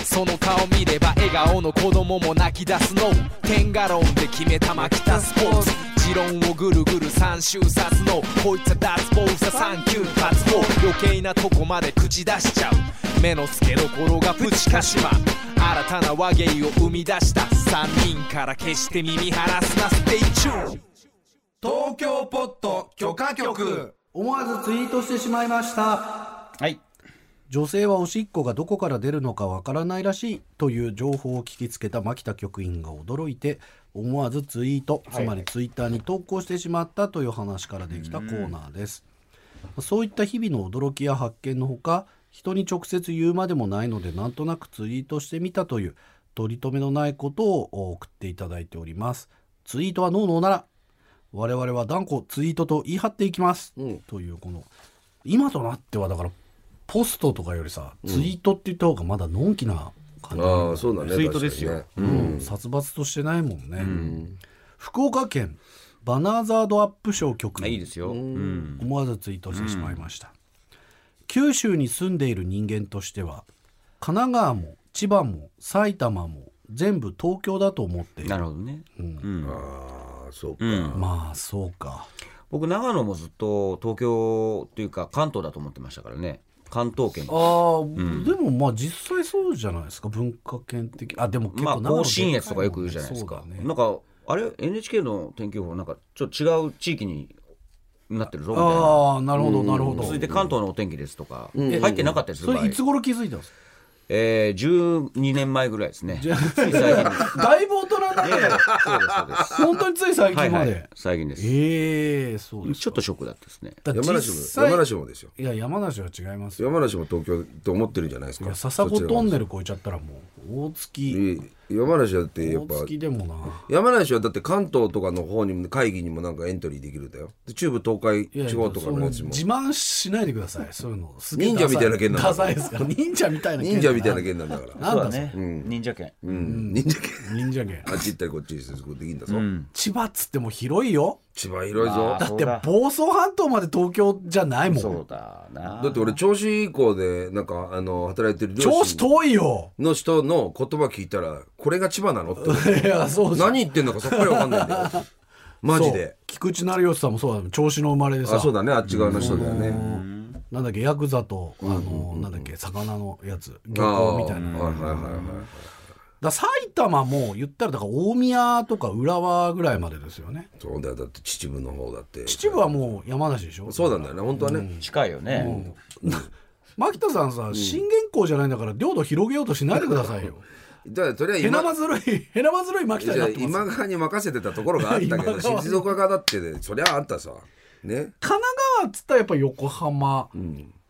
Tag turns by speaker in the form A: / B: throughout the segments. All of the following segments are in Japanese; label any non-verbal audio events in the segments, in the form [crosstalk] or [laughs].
A: その顔見れば笑顔の子供も泣き出すのテンガロンで決めたまきたスポーツ持論をぐるぐる三周殺のこいつは脱帽さ三級発砲余計なとこまで口出しちゃう目の付けどころがプチカシマ新たな和芸を生み出した3人から決して耳離すなステイチューン
B: 東京ポット許可局
C: 思わずツイートしてしまいました
D: はい。
C: 女性はおしっこがどこから出るのかわからないらしいという情報を聞きつけた牧田局員が驚いて思わずツイートつまりツイッターに投稿してしまったという話からできたコーナーです、そういった日々の驚きや発見のほか人に直接言うまでもないのでなんとなくツイートしてみたという取り留めのないことを送っていただいておりますツイートはノーノーなら我々は断固ツイートと言い張っていきます、というこの今となってはだからポストとかよりさツイートって言った方がまだのんきな感じ、
B: ああそうだね
D: ツイートですよ
B: 確かにね
C: うん殺伐としてないもんね、福岡県バナーザードアップ賞局
D: あいいですよ。うん。
C: 思わずツイートしてしまいました、九州に住んでいる人間としては神奈川も千葉も埼玉も全部東京だと思っている
D: なるほどね。
B: ああそうか、
C: まあそうか
D: 僕長野もずっと東京というか関東だと思ってましたからね。関東圏。
C: あーでもまあ実際そうじゃないですか文化圏的あでも結
D: まあ
C: 構
D: 甲信越とかよく言うじゃないですか。
C: そうだね
D: なんかあれ NHK の天気予報なんかちょっと違う地域になってるぞみたいな。
C: ああなるほどなるほど
D: 続いて関東のお天気ですとか、入ってなかったりす
C: そ
D: る場合
C: れいつ頃気づいたんですか
D: えー、12年前ぐらいですね。つい最近です
C: だいぶ大人になっ
D: い
C: て
D: やいや
C: る
D: そうですそうです。
C: [laughs] 本当につい最
D: は
C: 近
D: い
C: ま
D: は
C: で、
D: い。最近です。
C: ええそうです
D: ちょっとショックだったですね。
C: だ
B: 山梨も
C: 実際
B: 山梨もですよ
C: いや山梨は違いますよ
B: 山梨も東京と思ってるんじゃないです
C: い
B: か
C: や笹子トンネ
B: ル
C: ル越えちゃったらもう大月、
B: 山梨だってやっぱ
C: 大月でもな
B: 山梨はだって関東とかの方にも会議にもなんかエントリーできるんだよで中部東海
C: いや
B: 地方とかのやつも
C: その自慢しないでくださいそういうのすげえ
B: 忍者みたいな剣なんだ
C: ダサいですから忍者みたいな剣
B: 忍者みたいな県なんだから
C: なんだそれ
D: ね。忍者犬。
B: うん忍者県
C: 忍者剣
B: あっち行ったりこっち行ったりすることできんだぞ、
C: 千葉っつっても広いよ
B: 千葉広いぞだっ
C: だ
D: あ
C: って
D: そう
C: て
D: だ
C: 房総半島まで東京じゃないも
D: そうんだな。
B: て俺銚子以降でなんかあの働いてる
C: 調
B: 両親
C: 子遠いよ
B: の人の言葉聞いたらこれが千葉なのって思う
C: いやそうじゃん
B: 何言ってんのかさっぱりわかんないん
C: [laughs]
B: だよマジで
C: そう菊池成吉さんもそうだもん調子の生まれでさ
B: あそうだねあっち側の人だよね、
C: なんだっけヤクザと、あのなんだっけ魚のやつ漁
B: ああ
C: 港みたいな
B: はいはいはいはい
C: だ埼玉も言ったらだから大宮とか浦和ぐらいまでですよね
B: そうだよだって秩父の方だって
C: 秩父はもう山梨でしょ
B: そうなんだよね本当はね、
D: 近いよね。
C: 牧田さんさ信玄港じゃないんだから領土広げようとしないでくださいよ
B: じゃあとりあえず
C: へなま
B: [laughs] 今
C: [laughs] ずるいへなまずるい牧田に
B: じゃ
C: な
B: あ
C: ってま
B: 今
C: す
B: 川に任せてたところがあったけど
C: [laughs] 今川
B: 静岡側だって、ね、そりゃあったさね
C: 神奈川っつったらやっぱ横浜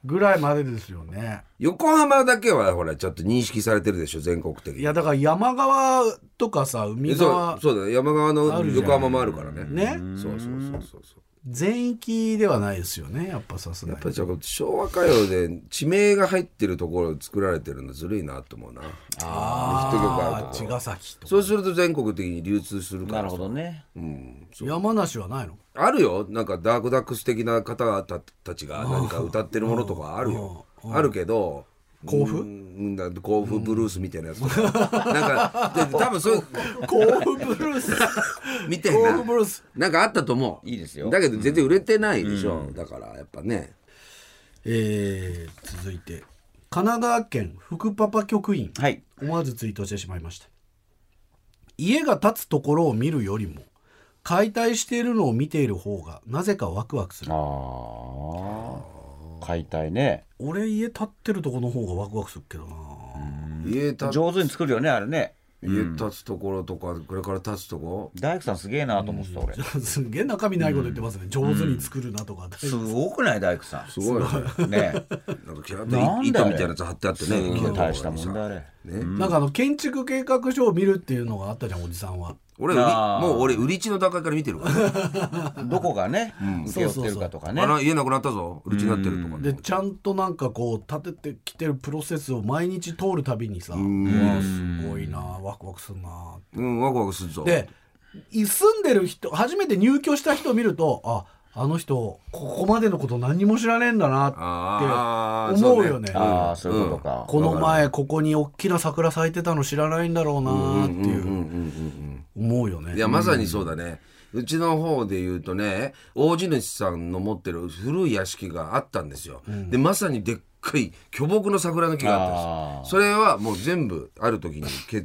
C: ぐらいまでですよね、
B: 横浜だけはほらちょっと認識されてるでしょ全国的に
C: いやだから山側とかさ海
B: そ
C: 側
B: うそうだね山側
C: あ
B: の
C: るじゃん
B: 横浜もあるからね
C: ね
B: そうそうそうそうそう
C: 全域ではないですよねやっぱさすが
B: や
C: に
B: っぱりちょっと昭和歌謡で地名が入ってるところを作られてるのずるいなと思うな
C: あ
B: ヒット曲ある
C: あ
B: とこ
C: 茅ヶ崎とか
B: そうすると全国的に流通するから
D: なるほどね。
C: 山梨はないの
B: あるよなんかダークダックス的な方々たちが何か歌ってるものとかあるよあるけど
C: 甲府
B: うんだ甲府ブルースみたいなやつとか [laughs] なんかで多分そういう
C: 甲府ブル
B: [laughs]
C: ース
B: みたい
C: 甲府ブ
B: な
C: ルース
B: なんかあったと思う
D: いいですよ
B: だけど全然売れてないでしょだからやっぱね
C: えー、続いて神奈川県福パパ局員
D: はい。
C: 思わずツイートしてしまいました家が建つところを見るよりも解体しているのを見ている方がなぜかワクワクする
D: ああ。解体ね。
C: 俺家建ってるとこの方がワクワクするけどな [laughs]
B: 家建つ
D: 上手に作るよね、あれね。
B: 家建つところとかこれから建つとこ
D: 大工さんすげえなと思ってた俺。
C: すんげえ中身ないこと言ってますね、上手に作るなとか、
D: すごくない大工さ
B: すごいよね
D: ん。ね。
B: なん
D: [laughs]
B: かキャ
D: なんだよ
B: 糸みたいなやつ貼ってあってね
D: す
B: 木
D: ご
B: のと
D: い
B: ころ
D: 大
B: に
D: し
B: さ
D: たもんだあれ。
B: ね
C: なんかあの建築計画書を見るっていうのがあったじゃんおじさんは
B: 俺売り
D: あー
B: もう俺売り地の段階から見てるから
D: どこがね、受け負ってるかとかね
B: あ。ら家なくなったぞ売り地になってるとかね
C: でちゃんとなんかこう立ててきてるプロセスを毎日通るたびにさうわすごいなワクワクするな
B: うんワクワクするぞ
C: でい住んでる人初めて入居した人を見るとああの人ここまでのこと何にも知らねえんだなって
B: ああ
C: 思うよね
D: ああそういうことか、
C: この前ここに大きな桜咲いてたの知らないんだろうなってい
B: うんうん
C: う
B: うんうん
C: 思うよ
B: う
C: ね
B: んいやまさにそうだねうちの方で言うとね大地主さんの持ってる古い屋敷があったんですよ、でまさにでっかい巨木の桜の木があったんですよ
D: あ
B: それはもう全部ある時に [laughs] け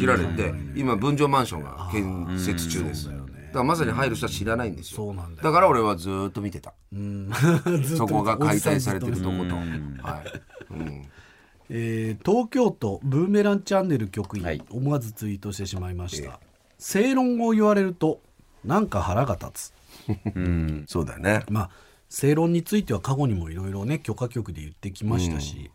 B: 切られて今分譲マンションが建設中ですだからまさに入る人は知らないんですよ
C: そうなんだよ
B: だから俺はずーっと見てた
C: [laughs] ずっと
B: そこが解体されて
C: お
B: る
C: じ
B: と
C: さんずっ見て
B: ことはい、うん、
C: えー東京都ブーメランチャンネル局員、
D: はい
C: 思わずツイートしてしまいました、正論を言われるとなんか腹が立つ
B: そうだね
C: まあ正論については過去にもいろいろね許可局で言ってきましたし、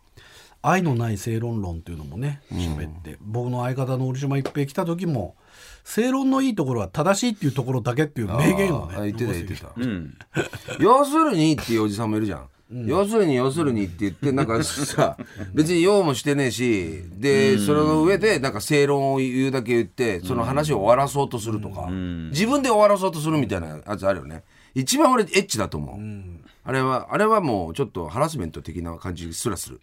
C: 愛のない正論論っていうのもね喋って、僕の相方の折島一平来た時も正論のいいところは正しいっていうところだけっていう名言をね
B: あ言ってた言ってた、
D: ん
B: [laughs] 要するにっていうおじさんもいるじゃん、要するに要するにって言ってなんかさ [laughs] 別に用もしてねえしで、それの上でなんか正論を言うだけ言ってその話を終わらそうとするとか、自分で終わらそうとするみたいなやつあるよね一番俺エッチだと思う、あれはあれはもうちょっとハラスメント的な感じすらする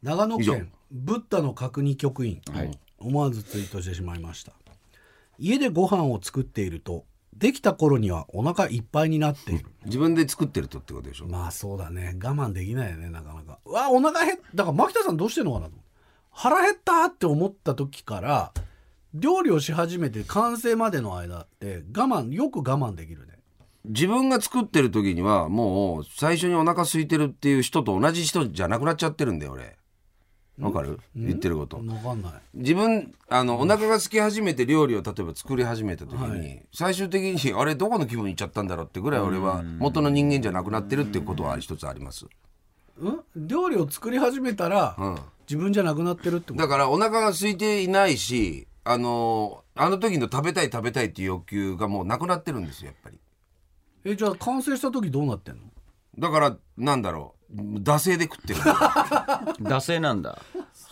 C: 長野
B: 以上
C: 県ブッダの角煮局員、思わずツイートしてしまいました家でご飯を作っているとできた頃にはお腹いっぱいになっている
B: 自分で作ってるとってことでしょ
C: まあそうだね我慢できないよねなかなかうわお腹減っだから牧田さんどうしてんのかなと思って腹減ったって思った時から料理をし始めて完成までの間って我慢よく我慢できるね
B: 自分が作ってる時にはもう最初にお腹空いてるっていう人と同じ人じゃなくなっちゃってるんだよ俺わかる言ってること
C: 分かんない
B: 自分あのお腹が空き始めて料理を例えば作り始めた時に、最終的にあれどこの気分いっちゃったんだろうってぐらい俺は元の人間じゃなくなってるっていうことは一つあります、
C: うん料理を作り始めたら、
B: うん、
C: 自分じゃなくなってるってこと
B: だからお腹が空いていないしあのあの時の食べたい食べたいっていう欲求がもうなくなってるんですよやっぱり
C: えじゃあ完成した時どうなってんの
B: だからなんだろう惰性で食 [laughs] ってる
D: 惰性なんだ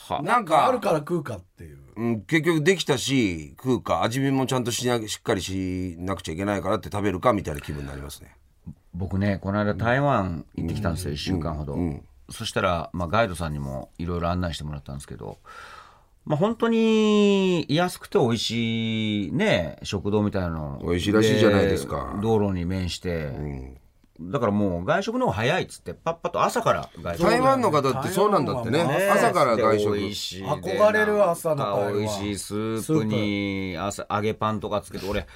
D: は
B: なん
C: あ
B: か
C: るから食うかっていう
B: うん、結局できたし食うか味見もちゃんとしなしっかりしなくちゃいけないからって食べるかみたいな気分になりますね
D: 僕ねこの間台湾行ってきたんですよ1週間ほど、そしたら、まあ、ガイドさんにもいろいろ案内してもらったんですけど、まあ、本当に安くて美味しいね食堂みたいなの
B: 美味しいらしいじゃないですか
D: 道路に面して、だからもう外食の方が早いっつってパッパッと朝から外食
B: 台湾の方ってそうなんだってね
C: 台湾
D: ね
B: 朝から外
D: 美
B: 食
D: 味しい
C: 憧れる朝の会話
D: 美味しいスープに朝揚げパンとかつけて俺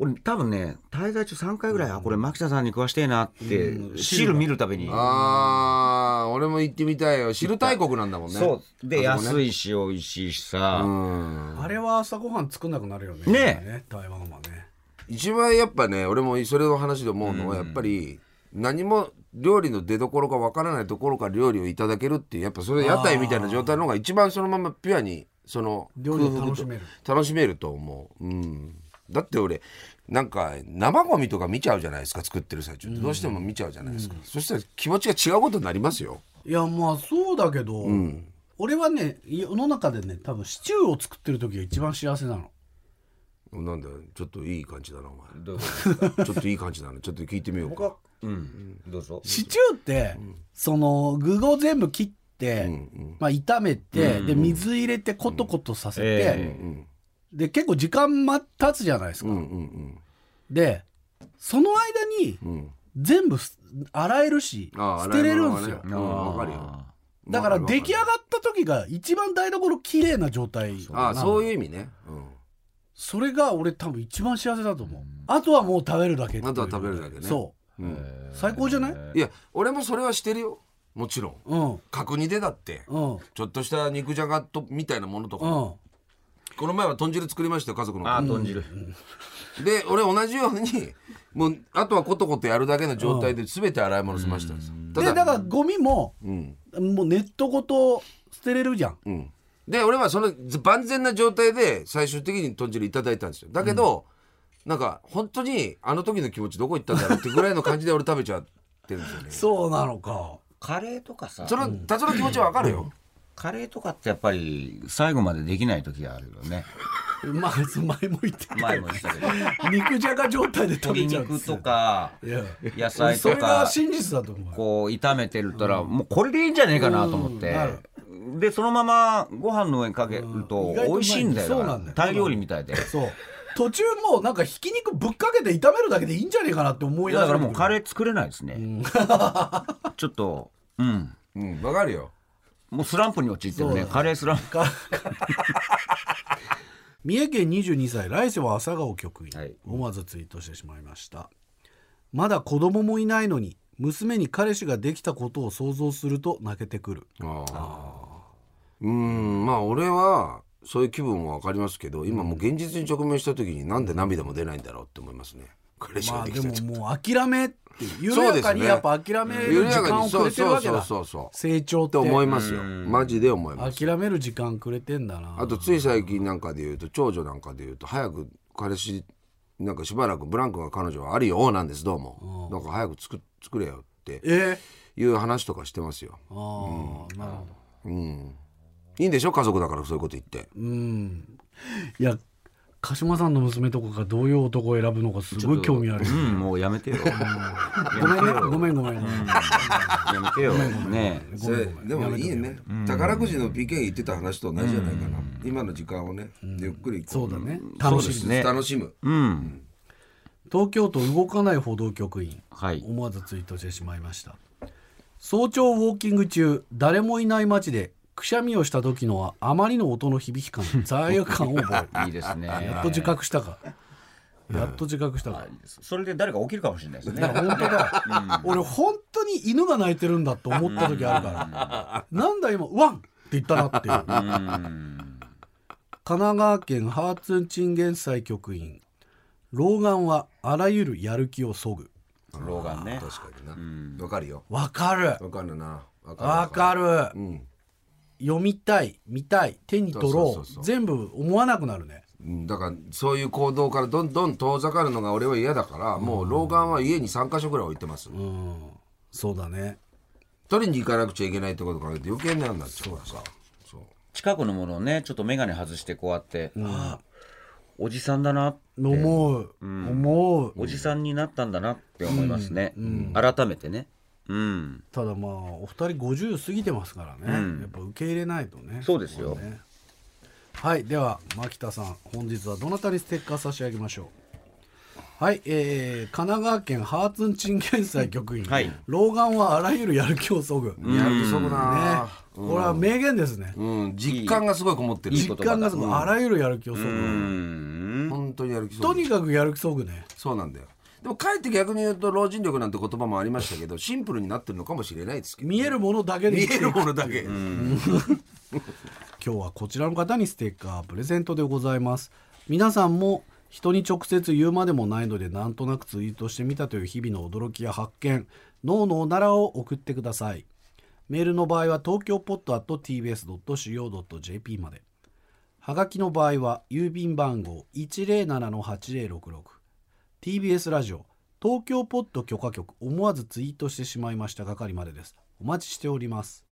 D: 俺多分ね滞在中3回ぐらい、あこれ牧田さんに食わしてえなって、汁見るたびに、
B: あー俺も行ってみたいよ汁大国なんだもんね
D: そうで、
B: あそこ
D: 安
B: ね
D: いし美味しいしさ、
B: うん
C: あれは朝ごはん作んなくなるよね
D: ね
C: 台湾はね
B: 一番やっぱね俺もそれの話で思うのはやっぱり何も料理の出どころかわからないところから料理をいただけるっていうやっぱそれ屋台みたいな状態の方が一番そのままピュアにその
C: 料理を楽しめる
B: 空腹と楽しめると思う、うん、だって俺なんか生ゴミとか見ちゃうじゃないですか作ってる最中どうしても見ちゃうじゃないですか、そしたら気持ちが違うことになりますよ
C: いやまあそうだけど、俺はね世の中でね多分シチューを作ってる時が一番幸せなの
B: なんだちょっといい感じだなお前
D: どういうことです
B: [laughs]
D: か
B: ちょっといい感じだなちょっと聞いてみようか
D: うんどうぞ
C: シチューって、その具を全部切って、まあ、炒めて、で水入れてコトコトさせて、
D: え
C: で結構時間ま経つじゃないですか、
B: うんうん
C: でその間に
B: うんうん
C: 全部す洗えるし
B: ああ
C: 捨てれるんですよ、
B: 洗い物はねうんわかるよ
D: あ
C: だから出来上が
B: っ
C: った時が一番台所綺麗な状態
B: ああそういうう意味ね、
C: それが俺多分一番幸せだと思うあとはもう食べるだけっていう
B: あとは食べるだけね
C: そ
B: うんうん
C: う最高じゃない
B: いや俺もそれはしてるよもちろん
C: うん
B: 角煮でだって
C: うんうん
B: ちょっとした肉じゃがとみたいなものとか、この前は豚汁作りましたよ家族の
D: ーあー
B: 分
D: 豚汁、
B: で俺同じようにもうあとはコトコトやるだけの状態で全て洗い物済ましたんですよた
C: でだからゴミも
B: うん
C: もうネットごと捨てれるじゃん
B: うん、で俺はその万全な状態で最終的に豚汁いただいたんですよだけど、なんか本当にあの時の気持ちどこ行ったんだろうってぐらいの感じで俺食べちゃってるんですよね
C: そうなのか
D: カレーとかさ
B: その多少の気持ちはわかるよ、
D: カレーとかってやっぱり最後までできない時があるよね
C: まあそう前も言ってた
D: 前も言ってたけど
C: 肉じゃが状態で食べ
D: 鶏
C: ちゃうんで
D: 肉
C: すよ
D: とか
C: いや
D: 野菜
C: そ
D: と
C: れが
D: か
C: 真実だと思う
D: こう炒めてるったら、もうこれでいいんじゃねえかなと思って、でそのままご飯の上にかける
C: うん
D: と
C: 意外とうまい
D: 美味しいんだよ,、
C: そうなんだよ
D: タイ料理みたいで
C: そう途中もうなんかひき肉ぶっかけて炒めるだけでいいんじゃねえかなって思いな
D: だ
C: が
D: かららもうカ
C: レ
D: レー作れないですね、 [laughs] ちょっとうん
B: うん、わかるよ。
D: もうスランプに陥ってる
C: そう
D: ね
C: だ
D: カレースランプ
C: 三重県22歳来世は朝顔局員、
D: はい
C: 思わずツイートしてしまいましたまだ子供もいないのに娘に彼氏ができたことを想像すると泣けてくる
B: ああ。うん、まあ俺は、そういう気分もわかりますけど、今もう現実に直面した時になんで涙も出ないんだろうって思いますね。彼氏
C: ま
B: が
C: あ
B: で
C: で
B: きたって
C: ももう諦めっていう緩やかにやっぱ諦め
B: 緩
C: る時
B: やか
C: 間を
B: に
C: く
B: そう
C: れてる
B: そう
C: わけ
B: そう
C: だ
B: そうそう。っ
C: 成長ってて
B: 思いますよ。マジで思います。
C: 諦める時間くれてんだな
B: あとつい最近なんかで言うと長女なんかで言うと早く彼氏なんかしばらくブランクが彼女はあるよなんですどうもなんか早く作作れよって
C: え
B: いう話とかしてますよ
C: ああ、なるほど
B: いいんでしょ家族だからそういうこと言って
C: いや鹿島さんの娘とかがどういう男を選ぶのかすごい興味ある
D: うんもうやめてよ
C: ごめんねごめんごめんごめん
D: やめてよねえ
B: それでもいいね宝くじの PK 言ってた話と同じじゃないかな今の時間をねゆっくり
C: そうだね楽しみ
D: そうですね
B: 楽しむ
D: うん
C: 東京都動かない歩道局員
D: はい
C: 思わずツイートしてしまいました早朝ウォーキング中誰もいない街でくしゃみをした時のはあまりの音の響
D: [laughs]
C: き感に罪悪感を覚え
D: いいですね
C: るやっと自覚したかやっと自覚したか
D: それで誰か起きるかもしれないです
C: いや
D: ね
C: 本当だ、俺本当に犬が鳴いてるんだと思った時あるからなんだ今ワンって言ったなっていう神奈川県ハーツンチンゲン祭局員老眼はあらゆるやる気をそぐ
D: 老眼ね
B: 確かになわかるよ
C: わかる
B: わかるなわ
C: わかる、
B: うん
C: 読みたい見たい手に取ろう
B: そうそうそうそう
C: 全部思わなくなるね
B: うんだからそういう行動からどんどん遠ざかるのが俺は嫌だから、もう老眼は家に3か所ぐらい置いてます、
C: そうだね
B: 取りに行かなくちゃいけないってことから余計になんなっちゃうからさそう
D: 近くのものをねちょっと眼鏡外してこうやって、ああおじさんだな
C: 思う、思う
D: おじさんになったんだなって思いますね、改めてねうん
C: ただまあお二人50過ぎてますからね、やっぱ受け入れないとね
D: そうですよ
C: ここはねはいでは牧田さん本日はどなたにステッカー差し上げましょうはい、えー、神奈川県ハーツンチンゲン祭局員、
D: はい
C: 老眼はあらゆるやる気をそぐ、ね
B: やる気そこな
C: これは名言ですね、
B: うん、実感がすごいこもってる
D: いい
C: 実感がすごい、あらゆるやる気をそぐ、
D: うん
B: 本当にやる気そ
C: と
B: う
C: にかくやる気そぐね
B: そうなんだよでもかえって逆に言うと老人力なんて言葉もありましたけどシンプルになってるのかもしれないですけど
C: 見えるものだけで
B: 見
C: 生きて
B: え
C: いく
B: るものだけ、
C: 今日はこちらの方にステッカープレゼントでございます皆さんも人に直接言うまでもないのでなんとなくツイートしてみたという日々の驚きや発見脳のおならを送ってくださいメールの場合は東京ポット t b s c o j p まではがきの場合は郵便番号 107-8066TBS ラジオ東京ポッド許可局思わずツイートしてしまいました係までですお待ちしております